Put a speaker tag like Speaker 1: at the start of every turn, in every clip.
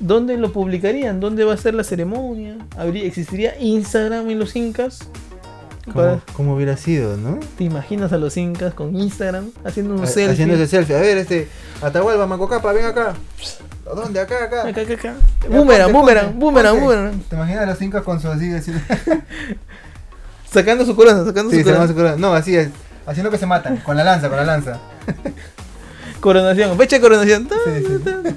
Speaker 1: ¿Dónde lo publicarían? ¿Dónde va a ser la ceremonia? ¿Habría, ¿Existiría Instagram en los incas?
Speaker 2: ¿Cómo, cómo hubiera sido, no?
Speaker 1: ¿Te imaginas a los incas con Instagram haciendo un
Speaker 2: Ha-
Speaker 1: selfie?
Speaker 2: Haciéndose selfie. A ver, este. Atahualpa, Macocapa, ven acá. ¿A ¿Dónde? Acá, acá.
Speaker 1: Acá, acá, acá.
Speaker 2: Ya,
Speaker 1: Boomerang,
Speaker 2: ponte,
Speaker 1: boomerang,
Speaker 2: ponte,
Speaker 1: boomerang,
Speaker 2: ponte.
Speaker 1: boomerang.
Speaker 2: ¿Te imaginas a los cinco con su así haciendo-
Speaker 1: Sacando su corazón, sacando
Speaker 2: Sí,
Speaker 1: su
Speaker 2: se llama
Speaker 1: corazón.
Speaker 2: su corazón. No, así es. Haciendo que se matan. Con la lanza, con la lanza.
Speaker 1: Coronación, fecha de coronación. Ta,
Speaker 2: Sí, sí.
Speaker 1: ta, ta.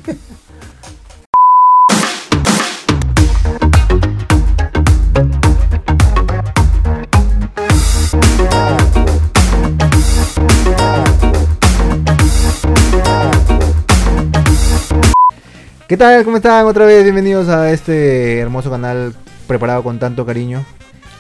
Speaker 2: ¿Qué tal? ¿Cómo están? Otra vez bienvenidos a este hermoso canal preparado con tanto cariño.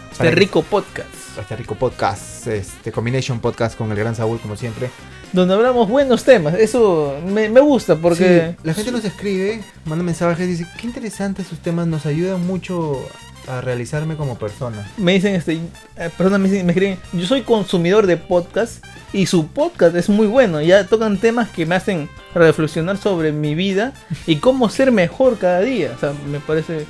Speaker 1: Este
Speaker 2: Para que-
Speaker 1: rico podcast.
Speaker 2: Este rico podcast, este combination podcast con el gran Saúl como siempre.
Speaker 1: Donde hablamos buenos temas. Eso me, me gusta porque.
Speaker 2: Sí, la gente nos escribe, manda mensajes, dice, qué interesantes sus temas, nos ayudan mucho a realizarme como persona.
Speaker 1: me dicen, este, eh, personas me, dicen- me escriben, yo soy consumidor de podcast y su podcast es muy bueno, ya tocan temas que me hacen reflexionar sobre mi vida y cómo ser mejor cada día, o sea, me parece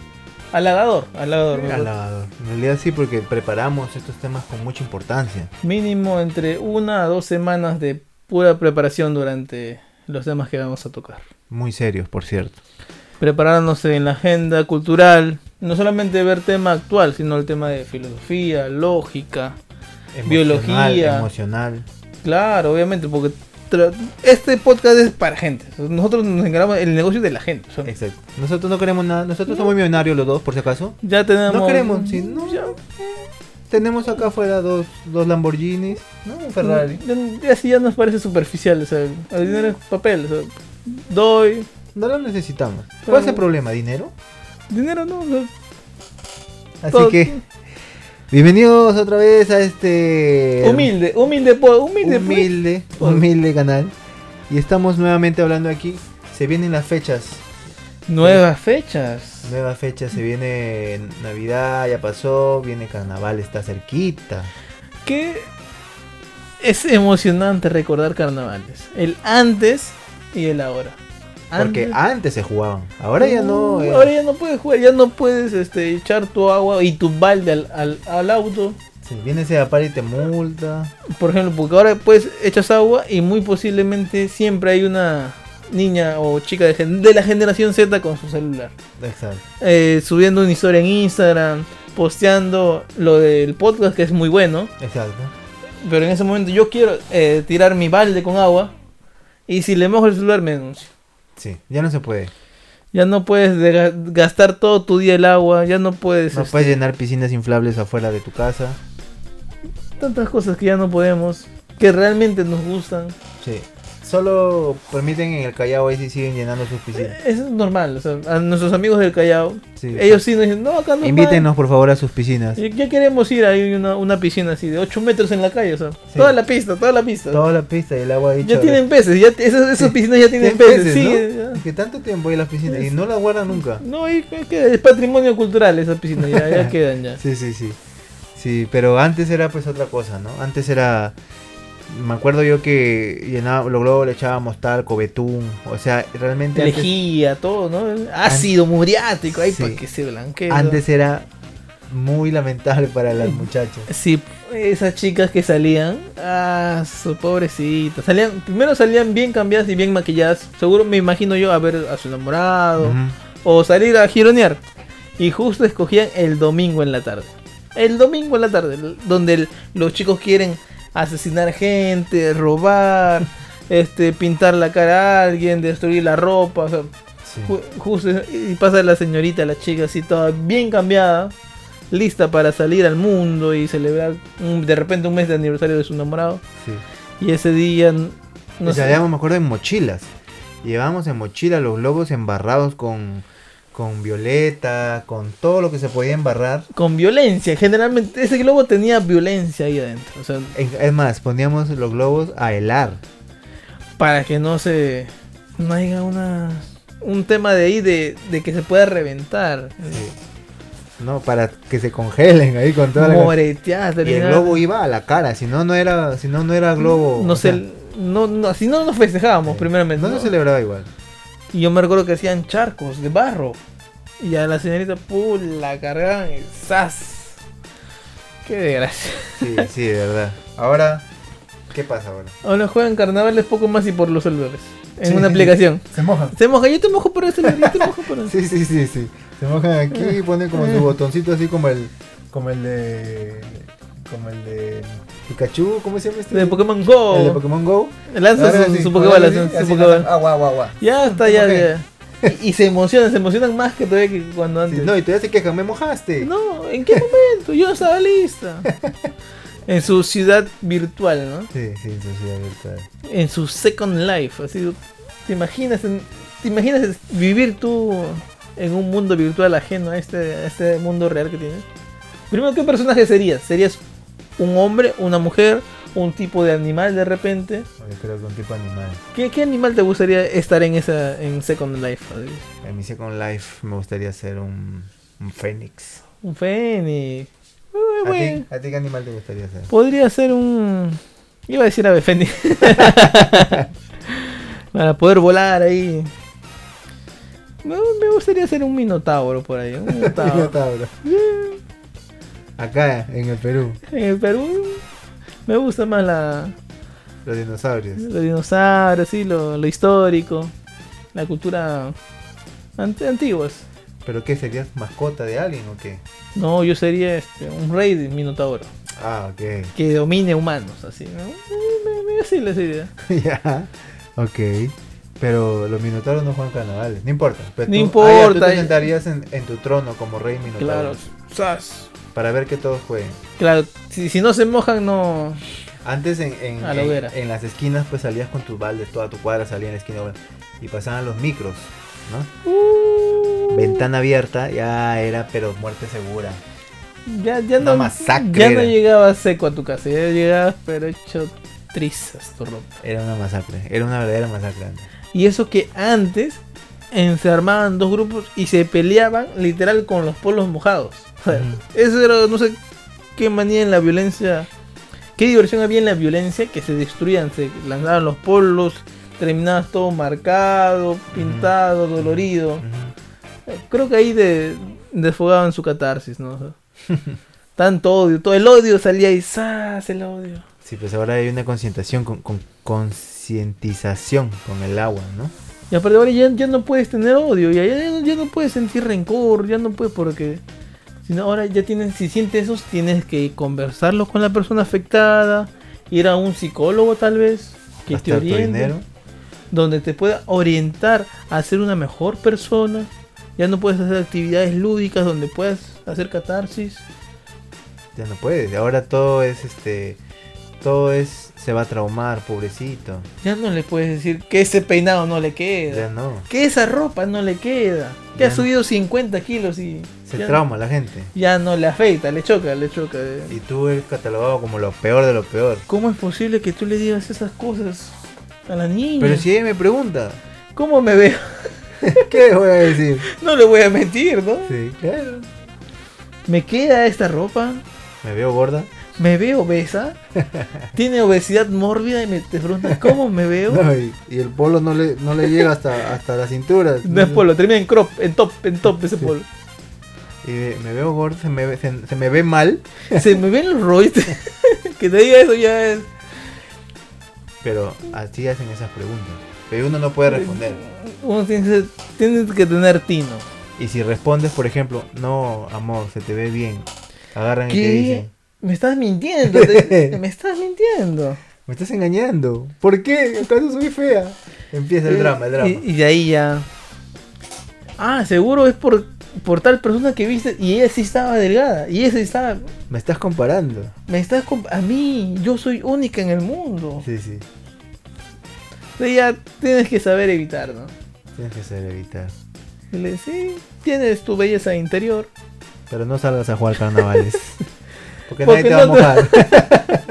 Speaker 1: halagador, halagador. me parece.
Speaker 2: Alabado. En realidad sí, porque preparamos estos temas con mucha importancia.
Speaker 1: Mínimo entre una a dos semanas de pura preparación durante los temas que vamos a tocar.
Speaker 2: Muy serios, por cierto.
Speaker 1: Prepararnos en la agenda cultural, no solamente ver tema actual, sino el tema de filosofía, lógica,
Speaker 2: Emocional,
Speaker 1: Biología.
Speaker 2: Emocional.
Speaker 1: Claro, obviamente, porque tra- este podcast es para gente. Nosotros nos encargamos el negocio de la gente. o sea,
Speaker 2: Exacto. Nosotros no queremos nada. Nosotros somos millonarios los dos, por si acaso.
Speaker 1: ya tenemos.
Speaker 2: No queremos, sí, no.
Speaker 1: Ya,
Speaker 2: Tenemos acá afuera dos, dos Lamborghinis, ¿no? Un Ferrari.
Speaker 1: Ya, ya sí, ya nos parece superficial. O sea, el dinero es papel. o sea, doy.
Speaker 2: No lo necesitamos. ¿Cuál es el
Speaker 1: Pero-
Speaker 2: problema? ¿Dinero?
Speaker 1: Dinero no. no,
Speaker 2: Así
Speaker 1: todo-
Speaker 2: que, bienvenidos otra vez a este...
Speaker 1: Humilde, humilde, po- humilde. po-
Speaker 2: humilde,
Speaker 1: Por-
Speaker 2: humilde canal. Y estamos nuevamente hablando aquí. Se vienen las fechas.
Speaker 1: Nuevas fechas.
Speaker 2: Nuevas fechas. Se viene Navidad, ya pasó. Viene Carnaval, está cerquita.
Speaker 1: Que es emocionante recordar carnavales. El antes y el ahora.
Speaker 2: Porque antes se jugaban. Ahora ya no.
Speaker 1: Uh,
Speaker 2: eh,
Speaker 1: Ahora ya no puedes jugar, ya no puedes este, echar tu agua y tu balde al, al, al auto.
Speaker 2: Si viene ese par y te multa.
Speaker 1: Por ejemplo, porque ahora pues echas agua y muy posiblemente siempre hay una niña o chica de, gen- de la generación Z con su celular.
Speaker 2: Exacto.
Speaker 1: Eh, subiendo una historia en Instagram, posteando lo del podcast que es muy bueno.
Speaker 2: Exacto.
Speaker 1: Pero en ese momento yo quiero eh, tirar mi balde con agua y si le mojo el celular me denuncio.
Speaker 2: Sí, ya no se puede.
Speaker 1: Ya no puedes dega- gastar todo tu día el agua, ya no puedes...
Speaker 2: No
Speaker 1: este,
Speaker 2: puedes llenar piscinas inflables afuera de tu casa.
Speaker 1: tantas cosas que ya no podemos, que realmente nos gustan.
Speaker 2: Sí. Solo permiten en el Callao ahí si siguen llenando sus piscinas.
Speaker 1: Eso es normal, o sea, a nuestros amigos del Callao,
Speaker 2: Sí.
Speaker 1: ellos sí nos dicen, no, acá no
Speaker 2: Invítenos por favor a sus piscinas.
Speaker 1: Ya ya queremos ir, hay una, una piscina así de 8 metros en la calle, o sea,
Speaker 2: Sí.
Speaker 1: toda la pista, toda la pista.
Speaker 2: Toda la pista y el agua ahí.
Speaker 1: ya
Speaker 2: chorrea.
Speaker 1: tienen peces, ya, t- esas, esas piscinas ya tienen peces, sí. eh,
Speaker 2: ¿no?
Speaker 1: ya.
Speaker 2: Que tanto tiempo hay en las piscinas y no la guardan nunca.
Speaker 1: No, y que- que es patrimonio cultural esas piscinas, ya, ya quedan ya.
Speaker 2: Sí, sí, sí. Sí, pero antes era pues otra cosa, ¿no? Antes era... Me acuerdo yo que llenaba, los globos le echábamos talco, betún, o sea, realmente antes-
Speaker 1: Lejía, todo, ¿no? Ácido muriático, ahí
Speaker 2: Sí.
Speaker 1: para que se blanquee. ¿no?
Speaker 2: antes era muy lamentable para las muchachas.
Speaker 1: Sí, esas chicas que salían, ah, su pobrecita. Salían, primero salían bien cambiadas y bien maquilladas. Seguro me imagino yo a ver a su enamorado
Speaker 2: Ujú.
Speaker 1: o salir a gironear. Y justo escogían el domingo en la tarde. El domingo en la tarde, l- donde el- los chicos quieren asesinar gente, robar, este, pintar la cara a alguien, destruir la ropa. o sea,
Speaker 2: Sí.
Speaker 1: Ju- Justo, y pasa la señorita, la chica así toda bien cambiada, lista para salir al mundo y celebrar un- de repente un mes de aniversario de su enamorado.
Speaker 2: sí.
Speaker 1: Y ese día, n- no
Speaker 2: Y
Speaker 1: sé,
Speaker 2: salíamos, me acuerdo, en mochilas. Llevábamos en mochila los globos embarrados con, con violeta, con todo lo que se podía embarrar.
Speaker 1: con violencia. Generalmente ese globo tenía violencia ahí adentro, o sea,
Speaker 2: En- Es más, poníamos los globos a helar.
Speaker 1: para que no se, no haya una, un tema de ahí de, de que se pueda reventar.
Speaker 2: No, para que se congelen ahí con toda la
Speaker 1: Moretear,
Speaker 2: Y el
Speaker 1: terminar-
Speaker 2: globo iba a la cara, si no no era, si no no era globo.
Speaker 1: No
Speaker 2: o sea, eh,
Speaker 1: sé, no, no, si no nos festejábamos, primeramente.
Speaker 2: No, se
Speaker 1: ¿no?
Speaker 2: celebraba igual.
Speaker 1: Y yo me recuerdo que hacían charcos de barro. Y a la señorita, pu, la cargaban y ¡zas! ¡Qué desgracia!
Speaker 2: Sí, sí, de verdad. Ahora, ¿qué pasa ahora?
Speaker 1: Ahora juegan carnavales poco más y por los celulares. En
Speaker 2: Sí.
Speaker 1: una aplicación.
Speaker 2: Se mojan.
Speaker 1: Se moja, yo te mojo por el celular, yo te mojo por el
Speaker 2: Sí, sí, sí, sí. Se mojan aquí y ponen como su botoncito así como el. como el de. como el de. Pikachu, ¿cómo se llama este?
Speaker 1: De Pokémon Go.
Speaker 2: El de Pokémon Go.
Speaker 1: Lanza
Speaker 2: Ahora
Speaker 1: su,
Speaker 2: sí,
Speaker 1: su Pokéball,
Speaker 2: ahora sí,
Speaker 1: lanza su
Speaker 2: así ah,
Speaker 1: Pokéball.
Speaker 2: lanzan. Agua, agua, agua.
Speaker 1: Ya está, ya,
Speaker 2: Ok.
Speaker 1: ya. Y, y se emocionan, se emocionan más que todavía que cuando
Speaker 2: Sí,
Speaker 1: antes.
Speaker 2: no, y todavía se quejan, me mojaste.
Speaker 1: No, ¿en qué momento? Yo estaba lista. En su ciudad virtual, ¿no?
Speaker 2: Sí, sí, sí, sí, ahorita.
Speaker 1: En su Second Life. Así, ¿te imaginas, en- ¿Te imaginas vivir tú en un mundo virtual ajeno a este, a este mundo real que tienes? Primero, ¿qué personaje serías? ¿Serías un hombre, una mujer, un tipo de animal de repente?
Speaker 2: Yo creo que un tipo animal.
Speaker 1: ¿Qué, qué animal te gustaría estar en esa en Second Life? así?
Speaker 2: En mi Second Life me gustaría ser un, un fénix.
Speaker 1: Un fénix. Eh,
Speaker 2: ¿A
Speaker 1: bueno.
Speaker 2: ti, ¿A ti qué animal te gustaría ser?
Speaker 1: Podría ser un. Iba a decir ave fénix. Para poder volar ahí. No, me gustaría ser un minotauro por ahí. Un minotauro.
Speaker 2: Minotauro. Acá, en el Perú,
Speaker 1: en el Perú Eh, mm, me gusta más la,
Speaker 2: los dinosaurios.
Speaker 1: los dinosaurios, sí, lo, lo histórico, la cultura ante, antiguas.
Speaker 2: ¿Pero qué? ¿Serías mascota de alguien o qué?
Speaker 1: No, yo sería este, un rey de minotauro
Speaker 2: Ah, ok.
Speaker 1: que domine humanos, así, ¿no? Mm, Me, me, me así la idea.
Speaker 2: ya. Ok. Pero los minotauros no juegan carnavales. No importa. Pero
Speaker 1: No
Speaker 2: tú-
Speaker 1: importa.
Speaker 2: ah, ya, tú te sentarías en, en tu trono como rey minotauro.
Speaker 1: Claro, sas.
Speaker 2: Para ver que todos jueguen.
Speaker 1: Claro, si, si no se mojan, no.
Speaker 2: Antes en, en,
Speaker 1: A la
Speaker 2: en-
Speaker 1: hoguera.
Speaker 2: en las esquinas pues salías con tus baldes, toda tu cuadra salía en la esquina y pasaban los micros, ¿no?
Speaker 1: Uh,
Speaker 2: Ventana abierta, ya era pero muerte segura.
Speaker 1: Ya, ya
Speaker 2: Una
Speaker 1: no,
Speaker 2: masacre
Speaker 1: ya no
Speaker 2: era.
Speaker 1: llegabas seco a tu casa, ya llegabas pero hecho trizas tu ropa.
Speaker 2: Era una masacre, era una verdadera masacre antes.
Speaker 1: Y eso que antes en- se armaban dos grupos y se peleaban literal con los polos mojados. O sea,
Speaker 2: Ujú.
Speaker 1: Eso era, no sé qué manía en la violencia, qué diversión había en la violencia que se destruían, se lanzaban los polos, terminabas todo marcado, pintado, dolorido.
Speaker 2: Ujú.
Speaker 1: Creo que ahí de, desfogaban su catarsis, ¿no? O sea, tanto odio, todo el odio salía y ¡zas! el odio.
Speaker 2: Sí, pues ahora hay una concientización con, con- concientización con el agua, ¿no?
Speaker 1: Y aparte ahora ya, ya no puedes tener odio, ya, ya, ya no puedes sentir rencor, ya no puedes porque... Sino ahora ya tienes, si sientes esos, tienes que conversarlos con la persona afectada, ir a un psicólogo tal vez, que te
Speaker 2: Gastar tu
Speaker 1: oriente,
Speaker 2: dinero.
Speaker 1: donde te pueda orientar a ser una mejor persona. Ya no puedes hacer actividades lúdicas donde puedas hacer catarsis.
Speaker 2: Ya no puedes. Ahora todo es este todo es se va a traumar, pobrecito.
Speaker 1: Ya no le puedes decir que ese peinado no le
Speaker 2: Ya
Speaker 1: queda.
Speaker 2: no.
Speaker 1: Que esa ropa no le queda. Que
Speaker 2: Ya
Speaker 1: ha
Speaker 2: no.
Speaker 1: subido 50 kilos y
Speaker 2: Se
Speaker 1: ya,
Speaker 2: trauma la gente.
Speaker 1: ya no le afecta, le choca, le choca.
Speaker 2: Y tú eres catalogado como lo peor de lo peor.
Speaker 1: ¿Cómo es posible que tú le digas esas cosas a la niña?
Speaker 2: Pero si ella me pregunta,
Speaker 1: ¿Cómo me veo?
Speaker 2: ¿qué le voy a decir?
Speaker 1: No le voy a mentir, ¿no?
Speaker 2: Sí, claro.
Speaker 1: ¿Me queda esta ropa?
Speaker 2: ¿Me veo gorda?
Speaker 1: ¿Me veo obesa? ¿Tiene obesidad mórbida? Y me te preguntas, ¿cómo me veo?
Speaker 2: No, y, y el polo no le, no le llega hasta, hasta la cintura.
Speaker 1: No es polo, termina en crop, en top, en top ese
Speaker 2: Sí.
Speaker 1: polo.
Speaker 2: Y me, me veo gorda, se me, ve- se, se me ve mal,
Speaker 1: Se me ven los rollos. que te diga eso ya es.
Speaker 2: pero así hacen esas preguntas. Pero uno no puede responder.
Speaker 1: Uno tiene que, ser- tiene que tener tino.
Speaker 2: Y si respondes, por ejemplo, no, amor, se te ve bien. Agarran y te
Speaker 1: ¿Qué?
Speaker 2: dicen,
Speaker 1: Me estás mintiendo. te- me estás mintiendo.
Speaker 2: me estás engañando. ¿Por qué? ¿Acaso soy fea? Empieza el drama, el drama.
Speaker 1: Eh, Y, y de ahí ya. Ah, seguro es por, por tal persona que viste. Y ella sí estaba delgada. Y ella sí estaba.
Speaker 2: Me estás comparando.
Speaker 1: Me estás. comp- A mí, yo soy única en el mundo.
Speaker 2: Sí, sí.
Speaker 1: Entonces ya tienes que saber evitar, ¿no?
Speaker 2: Tienes que saber evitar.
Speaker 1: Y le sí, tienes tu belleza interior.
Speaker 2: Pero no salgas a jugar carnavales. Porque,
Speaker 1: Porque
Speaker 2: nadie te va a
Speaker 1: no
Speaker 2: mojar.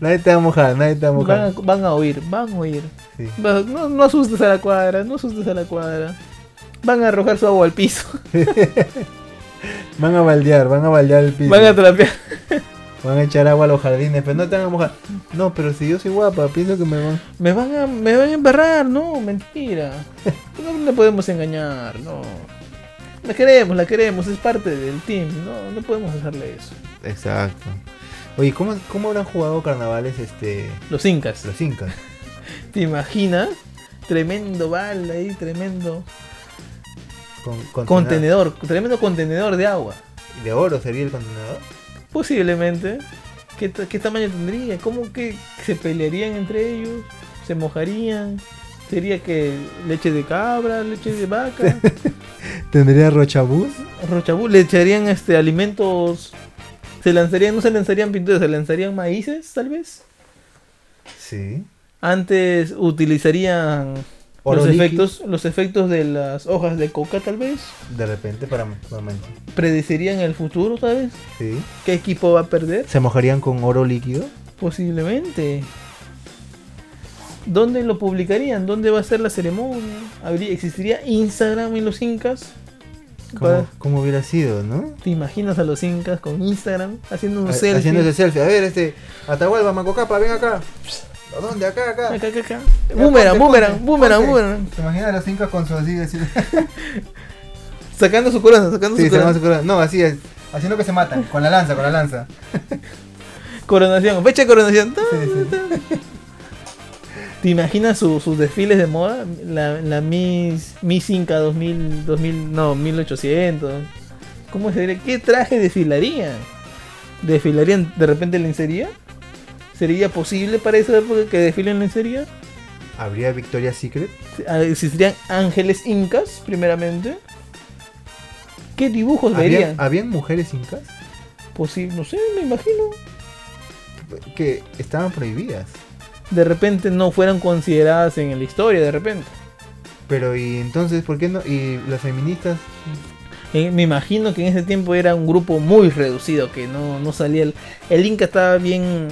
Speaker 2: nadie te va a mojar, nadie te va a
Speaker 1: Van a,
Speaker 2: mojar.
Speaker 1: van a oír, van a oír.
Speaker 2: Sí.
Speaker 1: Va- No, no asustes a la cuadra, no asustes a la cuadra. Van a arrojar su agua al piso.
Speaker 2: Van a baldear, van a baldear el piso.
Speaker 1: Van a trapear.
Speaker 2: Van a echar agua a los jardines, pero no te van a mojar. No, pero si yo soy guapa, pienso que me van.
Speaker 1: Me van a, me van a embarrar, no, mentira. No le podemos engañar, no. La queremos, la queremos, es parte del team, no, no podemos hacerle eso.
Speaker 2: Exacto. Oye, ¿cómo, cómo habrán jugado carnavales este
Speaker 1: Los incas,
Speaker 2: los incas?
Speaker 1: ¿te imaginas? Tremendo bal ahí, tremendo
Speaker 2: Con, con-
Speaker 1: contenedor, tremendo contenedor de agua.
Speaker 2: ¿De oro sería el contenedor?
Speaker 1: Posiblemente. ¿Qué, ta- qué tamaño tendría? ¿Cómo que se pelearían entre ellos? ¿Se mojarían? ¿Sería que leche de cabra, leche de vaca?
Speaker 2: ¿Tendría rochabús?
Speaker 1: Rochabú, le echarían este alimentos. Se lanzarían, no se lanzarían pinturas, se lanzarían maíces, tal vez.
Speaker 2: Sí.
Speaker 1: Antes utilizarían
Speaker 2: Oro
Speaker 1: los
Speaker 2: líquido.
Speaker 1: efectos, los efectos de las hojas de coca, tal vez.
Speaker 2: De repente para momento.
Speaker 1: Predecirían el futuro, tal vez.
Speaker 2: Sí.
Speaker 1: ¿Qué equipo va a perder?
Speaker 2: ¿Se mojarían con oro líquido?
Speaker 1: Posiblemente. ¿Dónde lo publicarían? ¿Dónde va a ser la ceremonia? ¿Habría, ¿Existiría Instagram en los incas?
Speaker 2: ¿Cómo, cómo hubiera sido, no?
Speaker 1: ¿Te imaginas a los incas con Instagram haciendo un
Speaker 2: Ha-
Speaker 1: selfie?
Speaker 2: Haciéndose selfie. A ver, este. Atahualpa, Macocapa, ven acá. ¿A dónde? Acá, acá.
Speaker 1: Acá, acá, acá.
Speaker 2: Ya,
Speaker 1: Boomerang,
Speaker 2: ponte,
Speaker 1: boomerang,
Speaker 2: ponte,
Speaker 1: boomerang,
Speaker 2: ponte.
Speaker 1: boomerang.
Speaker 2: ¿Te imaginas a los incas con su así? así?
Speaker 1: Sacando su corazón, sacando
Speaker 2: Sí,
Speaker 1: su
Speaker 2: se
Speaker 1: corazón.
Speaker 2: llama su corona. No, así es. Haciendo que se matan. Con la lanza, con la lanza.
Speaker 1: Coronación, fecha de coronación. Ta,
Speaker 2: Sí, sí.
Speaker 1: ta. ¿Te imaginas su- sus desfiles de moda? La, la Miss, Miss Inca 2000, 2000, no, 1800. ¿Cómo se diría? ¿Qué traje desfilarían? ¿Desfilarían de repente lencería? ¿Sería posible para esa época que desfilen lencería? Ah,
Speaker 2: ¿Habría Victoria's Secret?
Speaker 1: ¿Existirían ángeles incas, primeramente? ¿Qué dibujos
Speaker 2: ¿Habían,
Speaker 1: Pues verían?
Speaker 2: ¿Habían mujeres incas?
Speaker 1: Posible, pues no sé, me imagino.
Speaker 2: Que estaban prohibidas.
Speaker 1: de repente no fueran consideradas en la historia, de repente.
Speaker 2: Pero y entonces, ¿por qué no? Y las feministas,
Speaker 1: Eh, me imagino que en ese tiempo era un grupo muy reducido, que no, no salía. El, el Inca estaba bien.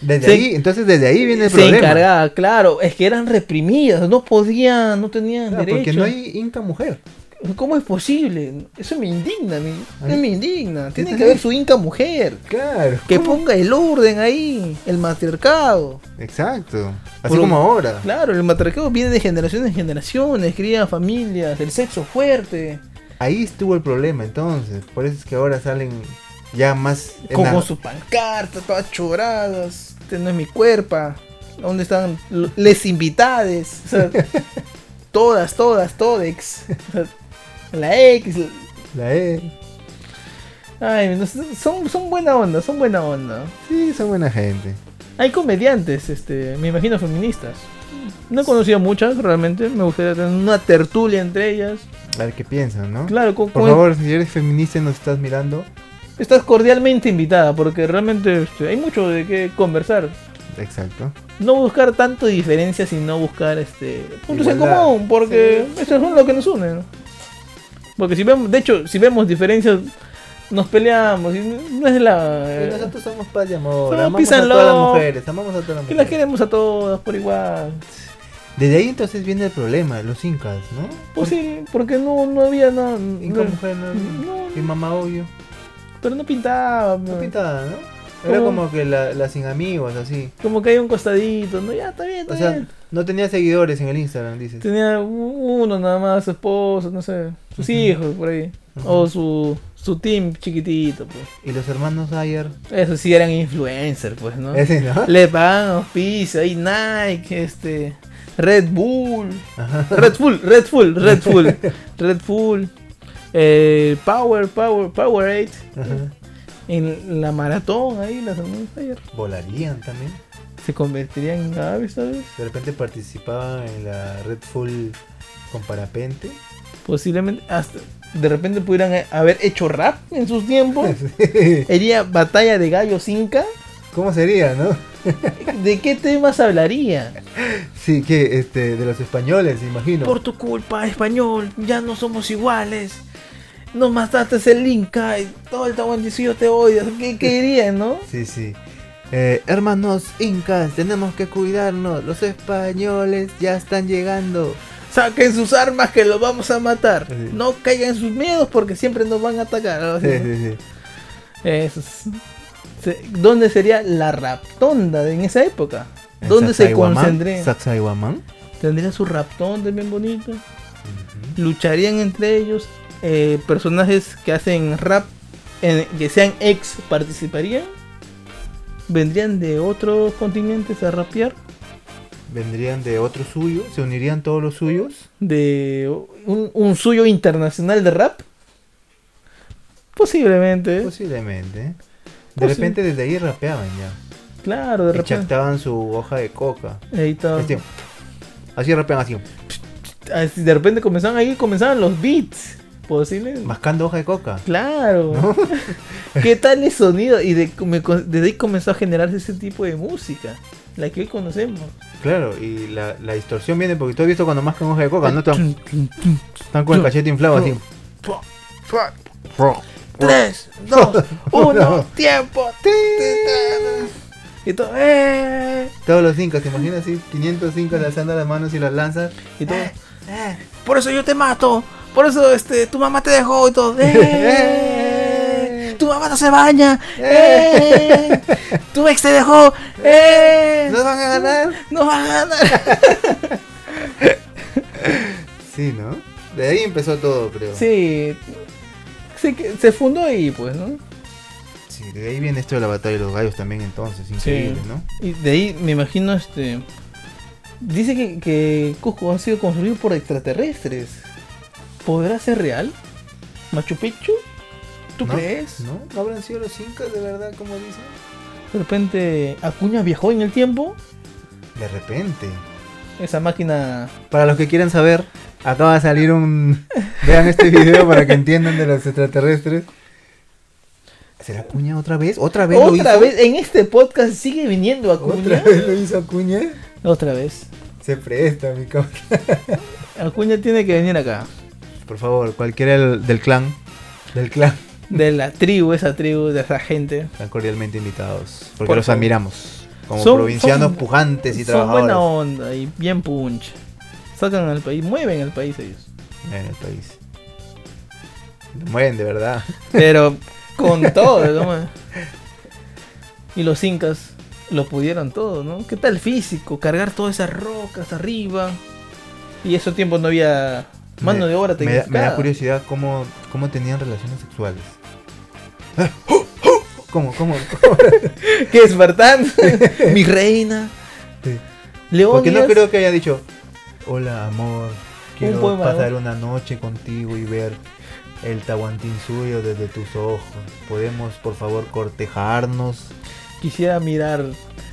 Speaker 2: desde
Speaker 1: Se-
Speaker 2: ahí, entonces desde ahí viene el
Speaker 1: se
Speaker 2: problema.
Speaker 1: encargaba, claro. Es que eran reprimidas, no podían, no tenían
Speaker 2: Claro, Ah, porque
Speaker 1: derechos.
Speaker 2: no hay inca mujer.
Speaker 1: ¿Cómo es posible? Eso me indigna, me,
Speaker 2: Ay.
Speaker 1: me indigna. Tiene que
Speaker 2: Ujú.
Speaker 1: haber su Inca mujer.
Speaker 2: Claro.
Speaker 1: Que ponga el orden ahí, el matriarcado.
Speaker 2: Exacto. Así
Speaker 1: Por un-
Speaker 2: como ahora.
Speaker 1: Claro, el matriarcado viene de generación en generaciones, cría familias, el sexo fuerte.
Speaker 2: Ahí estuvo el problema entonces. Por eso es que ahora salen ya más... en
Speaker 1: Con,
Speaker 2: la-
Speaker 1: con sus pancartas, todas choradas. Este no es mi cuerpo. ¿Dónde están lo- les invitades? O sea, todas, todas, todex. O sea, la X.
Speaker 2: la E.
Speaker 1: Ay, no sé, son, son buena onda, son buena onda.
Speaker 2: Sí, son buena gente.
Speaker 1: Hay comediantes, este, me imagino feministas. No he conocido muchas realmente. Me gustaría tener una tertulia entre ellas.
Speaker 2: A ver qué piensan, ¿no?
Speaker 1: Claro, pues. con,
Speaker 2: Por
Speaker 1: con-
Speaker 2: favor, si eres feminista y nos estás mirando.
Speaker 1: estás cordialmente invitada porque realmente este, hay mucho de qué conversar.
Speaker 2: Exacto.
Speaker 1: no buscar tanto diferencia, sino buscar este puntos en
Speaker 2: Igualdad.
Speaker 1: común, porque eso es lo que nos une. ¿no? Porque si vemos, de hecho, si vemos diferencias, nos peleamos, y no es
Speaker 2: Y
Speaker 1: la
Speaker 2: nosotros somos paz y amor.
Speaker 1: Somos
Speaker 2: amamos
Speaker 1: peace
Speaker 2: a
Speaker 1: and
Speaker 2: todas las
Speaker 1: love.
Speaker 2: mujeres. Amamos a todas las
Speaker 1: que las
Speaker 2: mujeres.
Speaker 1: queremos a todas por igual.
Speaker 2: Desde ahí entonces viene el problema, los incas, ¿no?
Speaker 1: Pues sí, porque no, no había nada.
Speaker 2: Inca
Speaker 1: no-
Speaker 2: mujer, ¿no?
Speaker 1: No.
Speaker 2: Y mamá obvio.
Speaker 1: pero no pintaba.
Speaker 2: No
Speaker 1: ¿no?
Speaker 2: pintada, ¿no? Era
Speaker 1: Como-
Speaker 2: como que la, la sin amigos, así.
Speaker 1: Como que hay un costadito, no, ya está bien, está
Speaker 2: O sea,
Speaker 1: bien.
Speaker 2: no tenía seguidores en el Instagram, dices.
Speaker 1: Tenía u- uno nada más, su esposo, no sé, sus
Speaker 2: Ujú.
Speaker 1: hijos por ahí. O su, su team chiquitito, pues.
Speaker 2: Y los hermanos Ayer.
Speaker 1: Eso sí eran influencers, pues, ¿no?
Speaker 2: Ese, ¿no?
Speaker 1: Le pagan auspicio, ahí Nike, este, Red Bull,
Speaker 2: Ajá.
Speaker 1: Red Bull, Red Bull, Red Bull, Red Bull, eh, Power, Power, Powerade,
Speaker 2: Ajá.
Speaker 1: en la maratón ahí, las hermanas ayer,
Speaker 2: Volarían también.
Speaker 1: se convertirían en aves, ¿sabes?
Speaker 2: De repente participaban en la Red Full con parapente.
Speaker 1: Posiblemente, hasta de repente pudieran eh, haber hecho rap en sus tiempos. Sería batalla de gallos inca.
Speaker 2: ¿Cómo sería, no?
Speaker 1: ¿De qué temas hablaría?
Speaker 2: Sí, que este, de los españoles, imagino.
Speaker 1: Por tu culpa, español, ya no somos iguales. Nos mataste el Inca y todo el tahuanticio yo te odio. ¿Qué, qué dirían, no?
Speaker 2: Sí, sí. Eh, hermanos incas, tenemos que cuidarnos. Los españoles ya están llegando.
Speaker 1: Saquen sus armas que los vamos a matar.
Speaker 2: Sí.
Speaker 1: No caigan en sus miedos porque siempre nos van a atacar. algo así,
Speaker 2: Sí,
Speaker 1: ¿no?
Speaker 2: sí, sí.
Speaker 1: Eso es- se- ¿dónde sería la raptonda de- en esa época? ¿Dónde se concentraría?
Speaker 2: Sacsayhuamán.
Speaker 1: Tendría su raptón bien bonito. Lucharían entre ellos. eh, personajes que hacen rap, eh, que sean ex, participarían. Vendrían de otros continentes a rapear.
Speaker 2: Vendrían de otro suyo, se unirían todos los suyos.
Speaker 1: De un, un suyo internacional de rap. Posiblemente.
Speaker 2: Pues Posiblemente. De
Speaker 1: Posi-
Speaker 2: repente desde ahí rapeaban ya.
Speaker 1: claro, Ah, de
Speaker 2: Y
Speaker 1: repente.
Speaker 2: chactaban su hoja de coca.
Speaker 1: Ahí estaba.
Speaker 2: Así, Este. así rapean así.
Speaker 1: Así, de repente comenzaban ahí, comenzaban los beats. Posible.
Speaker 2: Mascando hoja de coca.
Speaker 1: Claro. ¿Qué tal el sonido? Y de- me con- desde ahí comenzó a generarse ese tipo de música, la que hoy conocemos.
Speaker 2: Claro, y la, la distorsión viene porque tú has visto cuando mascan hoja de coca, ¿no? Están,
Speaker 1: Tum, tum, tum.
Speaker 2: están con el cachete inflado así.
Speaker 1: Tres, dos, uno,
Speaker 2: Uno.
Speaker 1: tiempo. Y todo, ¡eh!
Speaker 2: Todos los incas, ¿te imaginas así? 500 incas alzando las manos y las lanzas.
Speaker 1: Y todo, Por eso yo te mato. Por eso este, tu mamá te dejó y todo. ¡eh! Tu mamá no se baña. ¡eh! Tu ex te dejó. ¡eh!
Speaker 2: ¿Nos van a ganar?
Speaker 1: No va a ganar.
Speaker 2: Sí, ¿no? De ahí empezó todo, creo.
Speaker 1: Sí. Se, que- se fundó ahí, pues, ¿no?
Speaker 2: Sí, de ahí viene esto de la batalla de los gallos también entonces, increíble, ¿no?
Speaker 1: Y de ahí me imagino este. Dice que, que Cusco ha sido construido por extraterrestres. ¿Podrá ser real? ¿Machu Picchu? ¿Tú
Speaker 2: ¿No?
Speaker 1: crees?
Speaker 2: ¿No? ¿No habrán sido los incas de verdad, como dicen?
Speaker 1: De repente Acuña viajó en el tiempo.
Speaker 2: De repente.
Speaker 1: Esa máquina.
Speaker 2: Para los que quieran saber, acaba de salir un... Vean este video para que entiendan de los extraterrestres. ¿Será Acuña otra vez? ¿Otra vez lo
Speaker 1: Otra
Speaker 2: hizo?
Speaker 1: vez, en este podcast sigue viniendo Acuña.
Speaker 2: ¿Otra vez lo hizo Acuña?
Speaker 1: Otra vez.
Speaker 2: Se presta, mi cabrón.
Speaker 1: Acuña tiene que venir acá.
Speaker 2: Por favor, cualquiera del, del clan. Del clan.
Speaker 1: De la tribu, esa tribu, de esa gente.
Speaker 2: Están cordialmente invitados. Porque
Speaker 1: Por
Speaker 2: los
Speaker 1: favor.
Speaker 2: admiramos. Como
Speaker 1: Son-
Speaker 2: provincianos
Speaker 1: son-
Speaker 2: pujantes y
Speaker 1: Son buena
Speaker 2: trabajadores.
Speaker 1: onda y bien punch. Sacan al país, mueven al país ellos.
Speaker 2: En el país. Lo mueven de verdad.
Speaker 1: Pero con todo, ¿no? Y los incas lo pudieron todo, ¿no? ¿Qué tal físico? Cargar todas esas rocas arriba. Y esos tiempos no había mano
Speaker 2: Me-
Speaker 1: de obra
Speaker 2: me da, me da
Speaker 1: tecnificada.
Speaker 2: curiosidad cómo, cómo tenían relaciones sexuales. ¿Cómo? ¿Cómo?
Speaker 1: ¿Qué Espartán? Mi reina.
Speaker 2: Sí.
Speaker 1: León.
Speaker 2: Porque no creo que haya dicho, hola amor, quiero
Speaker 1: poema,
Speaker 2: pasar
Speaker 1: ¿no?
Speaker 2: una noche contigo y ver el tahuantín suyo desde tus ojos. ¿Podemos por favor cortejarnos?
Speaker 1: Quisiera mirar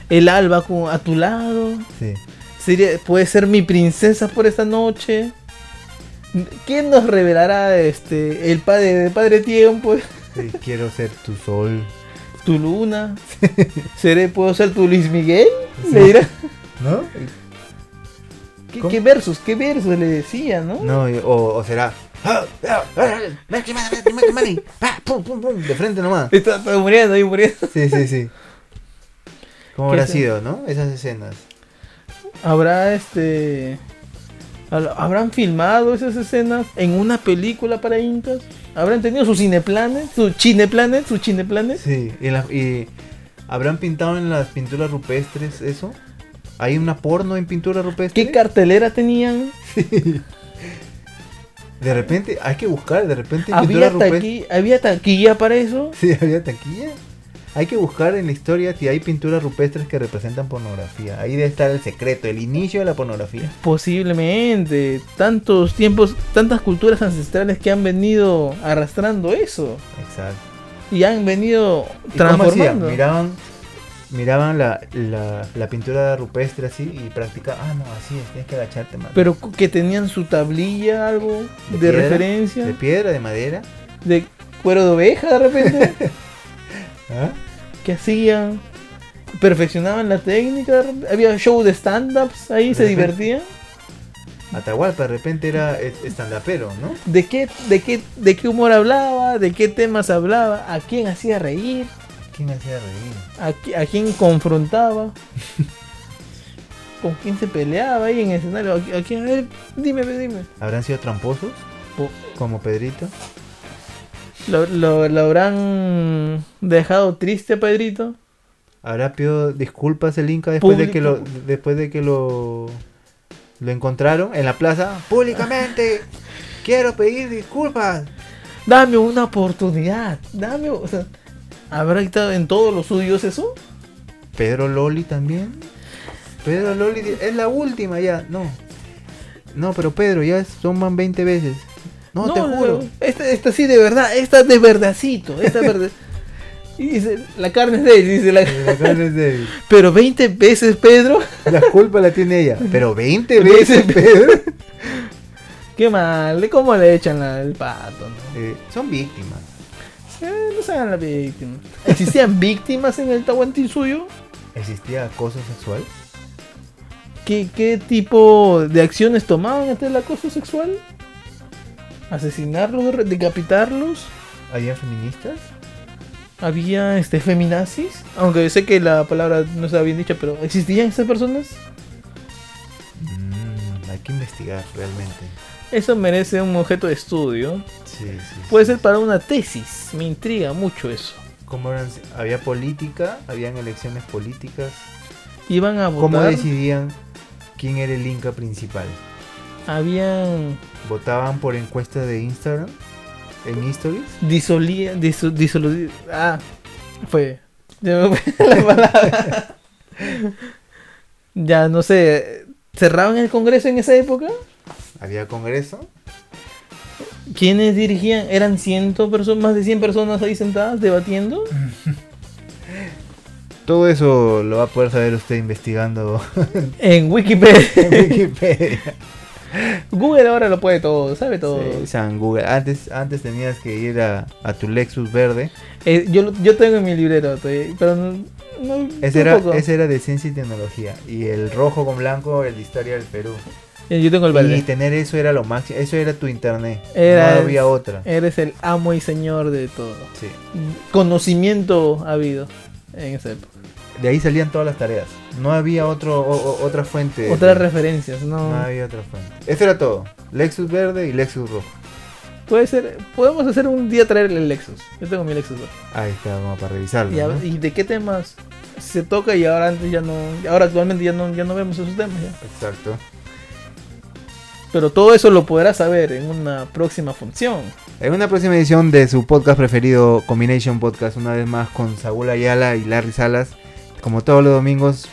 Speaker 1: el alba con- a tu lado.
Speaker 2: Sí.
Speaker 1: Sería, puede ser mi princesa por esta noche. ¿Quién nos revelará este el padre de Padre Tiempo?
Speaker 2: Sí, quiero ser tu sol.
Speaker 1: ¿Tu luna? ¿Seré, ¿Puedo ser tu Luis Miguel? Le dirá.
Speaker 2: ¿No?
Speaker 1: ¿Qué,
Speaker 2: ¿Cómo?
Speaker 1: qué versos? ¿Qué versos le decía, no?
Speaker 2: No, y- o, o será. De frente nomás.
Speaker 1: Está, está muriendo ahí, muriendo.
Speaker 2: Sí, sí, sí. ¿Cómo
Speaker 1: ¿Qué
Speaker 2: habrá
Speaker 1: es?
Speaker 2: sido, no? Esas escenas.
Speaker 1: ¿Habrá este. hab- ¿Habrán filmado esas escenas en una película para incas? ¿Habrán tenido sus cineplanes? ¿Sus chineplanes? ¿Sus chineplanes?
Speaker 2: Sí, y, en la- y habrán pintado en las pinturas rupestres eso. ¿Hay una porno en pintura rupestre?
Speaker 1: ¿Qué cartelera tenían?
Speaker 2: de repente, hay que buscar, de repente en pintura
Speaker 1: ¿Había,
Speaker 2: rupestre.
Speaker 1: taqui- ¿Había taquilla para eso?
Speaker 2: Sí, había taquilla. Hay que buscar en la historia si hay pinturas rupestres que representan pornografía. Ahí debe estar el secreto, el inicio de la pornografía.
Speaker 1: Posiblemente. Tantos tiempos, tantas culturas ancestrales que han venido arrastrando eso.
Speaker 2: Exacto.
Speaker 1: y han venido
Speaker 2: ¿Y cómo hacían?
Speaker 1: transformando.
Speaker 2: Miraban, miraban la, la, la pintura rupestre así y practicaban. Ah, no, así es, tienes que agacharte más.
Speaker 1: Pero cu- que tenían su tablilla, algo de,
Speaker 2: piedra?
Speaker 1: referencia,
Speaker 2: De
Speaker 1: de,
Speaker 2: piedra, de madera.
Speaker 1: cuero de oveja de repente,
Speaker 2: ¿Ah?
Speaker 1: que hacían, perfeccionaban la técnica, de repente, había show de stand-ups ahí,
Speaker 2: De
Speaker 1: se
Speaker 2: repente.
Speaker 1: divertían.
Speaker 2: Atahualpa de repente era es- estandapero, ¿no?
Speaker 1: ¿De qué, de, qué, ¿De qué humor hablaba? ¿De qué temas hablaba? ¿A quién hacía reír?
Speaker 2: ¿Quién hacía reír?
Speaker 1: ¿A, qui- a quién confrontaba? ¿Con quién se peleaba ahí en el escenario? ¿A, qui- a quién? A ver, dime, dime.
Speaker 2: ¿Habrán sido tramposos?
Speaker 1: Po-
Speaker 2: Como Pedrito.
Speaker 1: ¿Lo, lo, lo habrán dejado triste a Pedrito?
Speaker 2: ¿Habrá pedido disculpas el Inca después de que lo
Speaker 1: Público.
Speaker 2: después de que lo lo encontraron en la plaza? Públicamente quiero pedir disculpas.
Speaker 1: Dame una oportunidad. Dame. o sea, ¿Habrá estado en todos los suyos eso?
Speaker 2: Pedro Loli también. Pedro Loli di- es la última ya, no. No, pero Pedro ya suman 20 veces. No, te juro.
Speaker 1: la- Esta, esta sí, de verdad. Esta de verdadcito. Esta verde. Y dice, la carne es de él. Dice la...
Speaker 2: La carne es débil.
Speaker 1: Pero 20 veces, Pedro.
Speaker 2: La culpa la tiene ella. Pero 20 veces Pedro.
Speaker 1: Qué mal. ¿Cómo le echan la- el pato? no?
Speaker 2: Eh, son víctimas.
Speaker 1: Eh, no se hagan la víctima. ¿Existían víctimas en el Tahuantinsuyo?
Speaker 2: ¿Existía acoso sexual?
Speaker 1: ¿Qué, ¿Qué tipo de acciones tomaban ante el acoso sexual? ¿Asesinarlos? re- ¿Decapitarlos?
Speaker 2: ¿Había feministas?
Speaker 1: ¿Había este, feminazis? Aunque yo sé que la palabra no está bien dicha, pero ¿existían esas personas?
Speaker 2: Mm, hay que investigar realmente.
Speaker 1: Eso merece un objeto de estudio.
Speaker 2: Sí, sí, sí.
Speaker 1: Puede ser para una tesis. Me intriga mucho eso.
Speaker 2: ¿Cómo eran- había política, habían elecciones políticas.
Speaker 1: Iban a
Speaker 2: ¿Cómo
Speaker 1: votar.
Speaker 2: decidían quién era el Inca principal?
Speaker 1: Habían
Speaker 2: ¿Votaban por encuesta de Instagram? ¿En stories?
Speaker 1: disolía, diso- disolu- ah, fue, ya me fue la palabra. ya no sé, cerraban el Congreso en esa época.
Speaker 2: ¿Había congreso?
Speaker 1: ¿Quiénes dirigían? Eran 100 personas, más de 100 personas ahí sentadas debatiendo.
Speaker 2: Todo eso lo va a poder saber usted investigando
Speaker 1: En Wikipedia,
Speaker 2: en Wikipedia.
Speaker 1: Google ahora lo puede todo, sabe todo.
Speaker 2: Sí, San Google. Antes, antes tenías que ir a, a tu Lexus verde.
Speaker 1: Eh, yo, lo- yo tengo en mi librero, estoy- pero no, no-
Speaker 2: Ese era,
Speaker 1: tampoco.
Speaker 2: ese era de ciencia y tecnología. Y el rojo con blanco, el de historia del Perú.
Speaker 1: Eh, Yo tengo el
Speaker 2: Y
Speaker 1: verde.
Speaker 2: tener eso era lo máximo. Eso era tu internet.
Speaker 1: Era- eh.
Speaker 2: no había otra.
Speaker 1: Eres el amo y señor de todo.
Speaker 2: Sí.
Speaker 1: Conocimiento ha habido en esa época.
Speaker 2: De ahí salían todas las tareas. No había otro, o- o- otra fuente.
Speaker 1: Otras referencias,
Speaker 2: No
Speaker 1: no.
Speaker 2: había otra fuente. Eso era todo. Lexus verde y Lexus rojo.
Speaker 1: Puede ser, podemos hacer un día traer el Lexus. Yo tengo mi Lexus. ¿no?
Speaker 2: Ahí está, vamos para
Speaker 1: Y, a-
Speaker 2: revisarlo. ¿no?
Speaker 1: y de qué temas se toca y ahora antes ya no, ahora actualmente ya no, ya no vemos esos temas. ya.
Speaker 2: Exacto.
Speaker 1: Pero todo eso lo podrás saber en una próxima función.
Speaker 2: En una próxima edición de su podcast preferido, Combination Podcast, una vez más con Saúl Ayala y Larry Salas, como todos los domingos,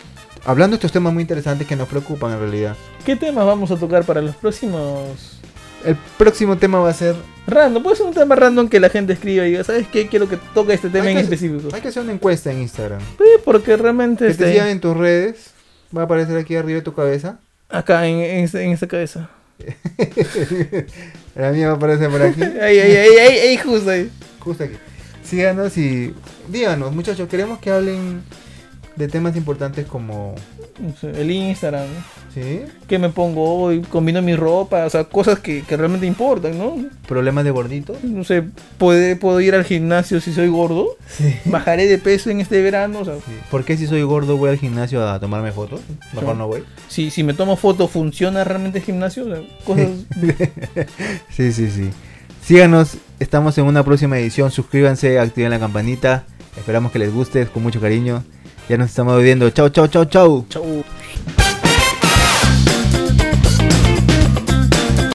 Speaker 2: hablando de estos temas muy interesantes que nos preocupan en realidad.
Speaker 1: ¿Qué temas vamos a tocar para los próximos?
Speaker 2: El próximo tema va a ser...
Speaker 1: Random, puede ser un tema random que la gente escriba y diga, ¿sabes qué? Quiero que toque este tema
Speaker 2: Hay
Speaker 1: en
Speaker 2: que-
Speaker 1: específico.
Speaker 2: Hay que hacer una encuesta en Instagram.
Speaker 1: Sí, porque realmente
Speaker 2: Que te
Speaker 1: este,
Speaker 2: sigan en tus redes. Va a aparecer aquí arriba de tu cabeza.
Speaker 1: acá en, en, esa- en esa cabeza.
Speaker 2: La mía va a aparecer por aquí.
Speaker 1: Ahí, ahí, ahí, ahí, ahí, justo ahí.
Speaker 2: Justo aquí. Síganos y díganos, muchachos, queremos que hablen de temas importantes como...
Speaker 1: El Instagram.
Speaker 2: ¿Sí?
Speaker 1: que me pongo hoy, combino mi ropa, o sea, cosas que, que realmente importan, ¿no?
Speaker 2: ¿Problemas de gorditos?
Speaker 1: No sé, ¿puedo, puedo ir al gimnasio si soy gordo,
Speaker 2: Sí.
Speaker 1: bajaré de peso en este verano, o sea,
Speaker 2: Sí. ¿Por qué si soy gordo voy al gimnasio a tomarme fotos? Mejor
Speaker 1: Sí.
Speaker 2: no voy.
Speaker 1: si, si me tomo foto, ¿funciona realmente el gimnasio? O sea, cosas...
Speaker 2: Sí, sí, sí. Síganos, estamos en una próxima edición. Suscríbanse, activen la campanita. Esperamos que les guste, con mucho cariño. Ya nos estamos viendo. Chau, chau, chau, chau.
Speaker 1: Chau.